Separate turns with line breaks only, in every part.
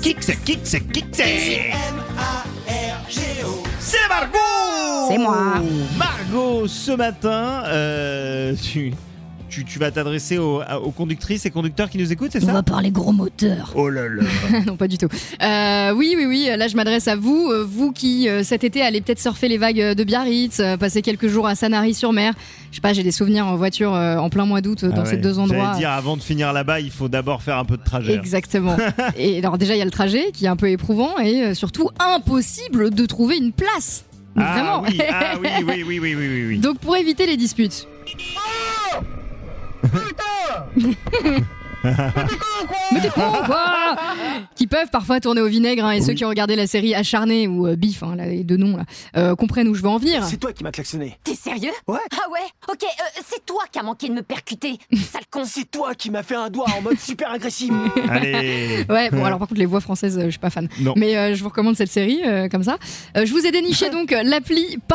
Kix, Kix, Kix. C'est Margot
C'est moi.
Oh, Margot, ce matin, euh, tu, tu, tu vas t'adresser aux, à- aux conductrices et conducteurs qui nous écoutent, c'est
On va
ça
parler gros moteur.
Oh là là
non, pas du tout. Euh, oui, oui, oui. Là, je m'adresse à vous, euh, vous qui euh, cet été allez peut-être surfer les vagues euh, de Biarritz, euh, passer quelques jours à Sanary-sur-Mer. Je sais pas, j'ai des souvenirs en voiture euh, en plein mois d'août euh, dans
Ah
ces
ouais.
deux endroits.
J'allais dire, avant de finir là-bas, il faut d'abord faire un peu de trajet.
Exactement. et alors déjà, il y a le trajet qui est un peu éprouvant et euh, surtout impossible de trouver une place. Mais
Ah
Vraiment.
oui, ah oui, oui, oui, oui, oui, oui, oui.
Donc pour éviter les disputes.
Oh
Mais t'es con ou quoi Qui peuvent parfois tourner au vinaigre hein, et
Oui.
ceux qui ont regardé la série Acharné ou euh, Bif, hein, là, les deux noms là, euh, comprennent où je veux en venir.
C'est toi qui m'as klaxonné.
T'es sérieux
Ouais.
Ah ouais Ok, euh, c'est toi qui as manqué de me percuter, sale con.
C'est toi qui m'as fait un doigt en mode super agressif.
Allez
Ouais, bon alors par contre les voix françaises, euh, je suis pas fan.
Non.
Mais euh, je vous recommande cette série euh, comme ça. Euh, je vous ai déniché donc euh, l'appli
Tu t'es pris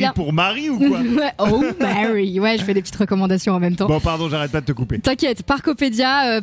Parcopédia.
pour Marie ou quoi
Ouais, oh Mary, ouais, je fais des petites recommandations en même temps.
Bon, pardon, j'arrête pas de te couper.
T'inquiète, Parcopédia, euh,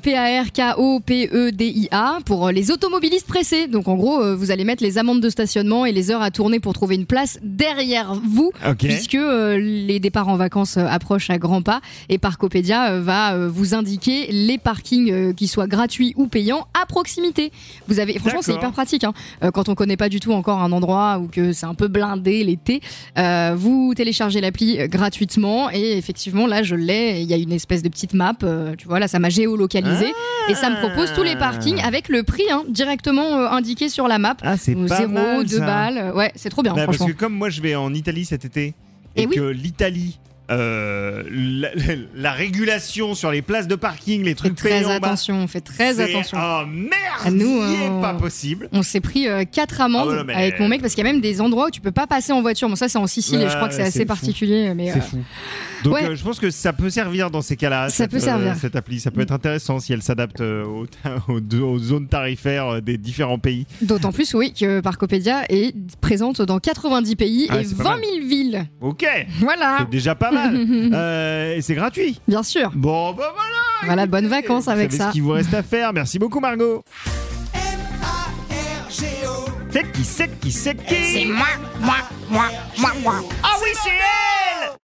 P-A-R-K-O-P-E-D-I-A, pour euh, les automobilistes pressés. Donc en gros, euh, vous allez mettre les amendes de stationnement et les heures à tourner pour trouver une place derrière vous,
Ok.
puisque euh, les départs en vacances euh, approchent à grands pas. Et Parcopédia euh, va euh, vous indiquer les parkings, euh, qui soient gratuits ou payants, à proximité. Vous avez, franchement, c'est
D'accord.
hyper pratique. hein. Euh, quand on connaît pas du tout encore un endroit ou que c'est un peu blindé l'été, euh, vous téléchargez l'appli euh, gratuitement et effectivement là je l'ai, il y a une espèce de petite map, euh, tu vois là ça m'a géolocalisé et ça me propose
Ah.
tous les parkings avec le prix hein, directement euh, indiqué sur la map.
Ah, c'est
Donc,
pas
Zéro,
mal,
deux
ça.
balles, euh, ouais c'est trop bien
Bah, parce
franchement.
que comme moi je vais en Italie cet été et,
Eh oui.
que l'Italie euh, la, la régulation sur les places de parking, les trucs
Faites très
payants, bah,
attention, on fait très
c'est
attention.
un merde,
À nous, hein.
pas possible.
On s'est pris euh, quatre amendes
Ah bah non, mais-
avec mon mec parce qu'il y a même des endroits où tu peux pas passer en voiture. Bon ça c'est en Sicile et je
Ouais,
crois que c'est
ouais,
assez
c'est fou.
particulier mais euh,
C'est fou. Donc
ouais.
euh, je pense que ça peut servir dans ces cas-là.
Ça
cette, euh,
peut servir.
cette appli, ça peut être intéressant si elle s'adapte euh, aux, aux- aux zones tarifaires euh, des différents pays.
d'autant plus oui que Parcopédia est présente dans 90 pays
Ah,
et
c'est pas
20
mal.
000 villes.
Ok,
Voilà.
c'est déjà pas mal. Euh, et c'est gratuit.
Bien sûr.
Bon, bah voilà.
Voilà, bonnes
écoutez,
vacances avec
Vous savez
ça.
ce qu'il vous reste à faire. Merci beaucoup, Margot. C'est qui, c'est qui, c'est qui
moi, moi, moi, moi, moi.
Ah oui, c'est elle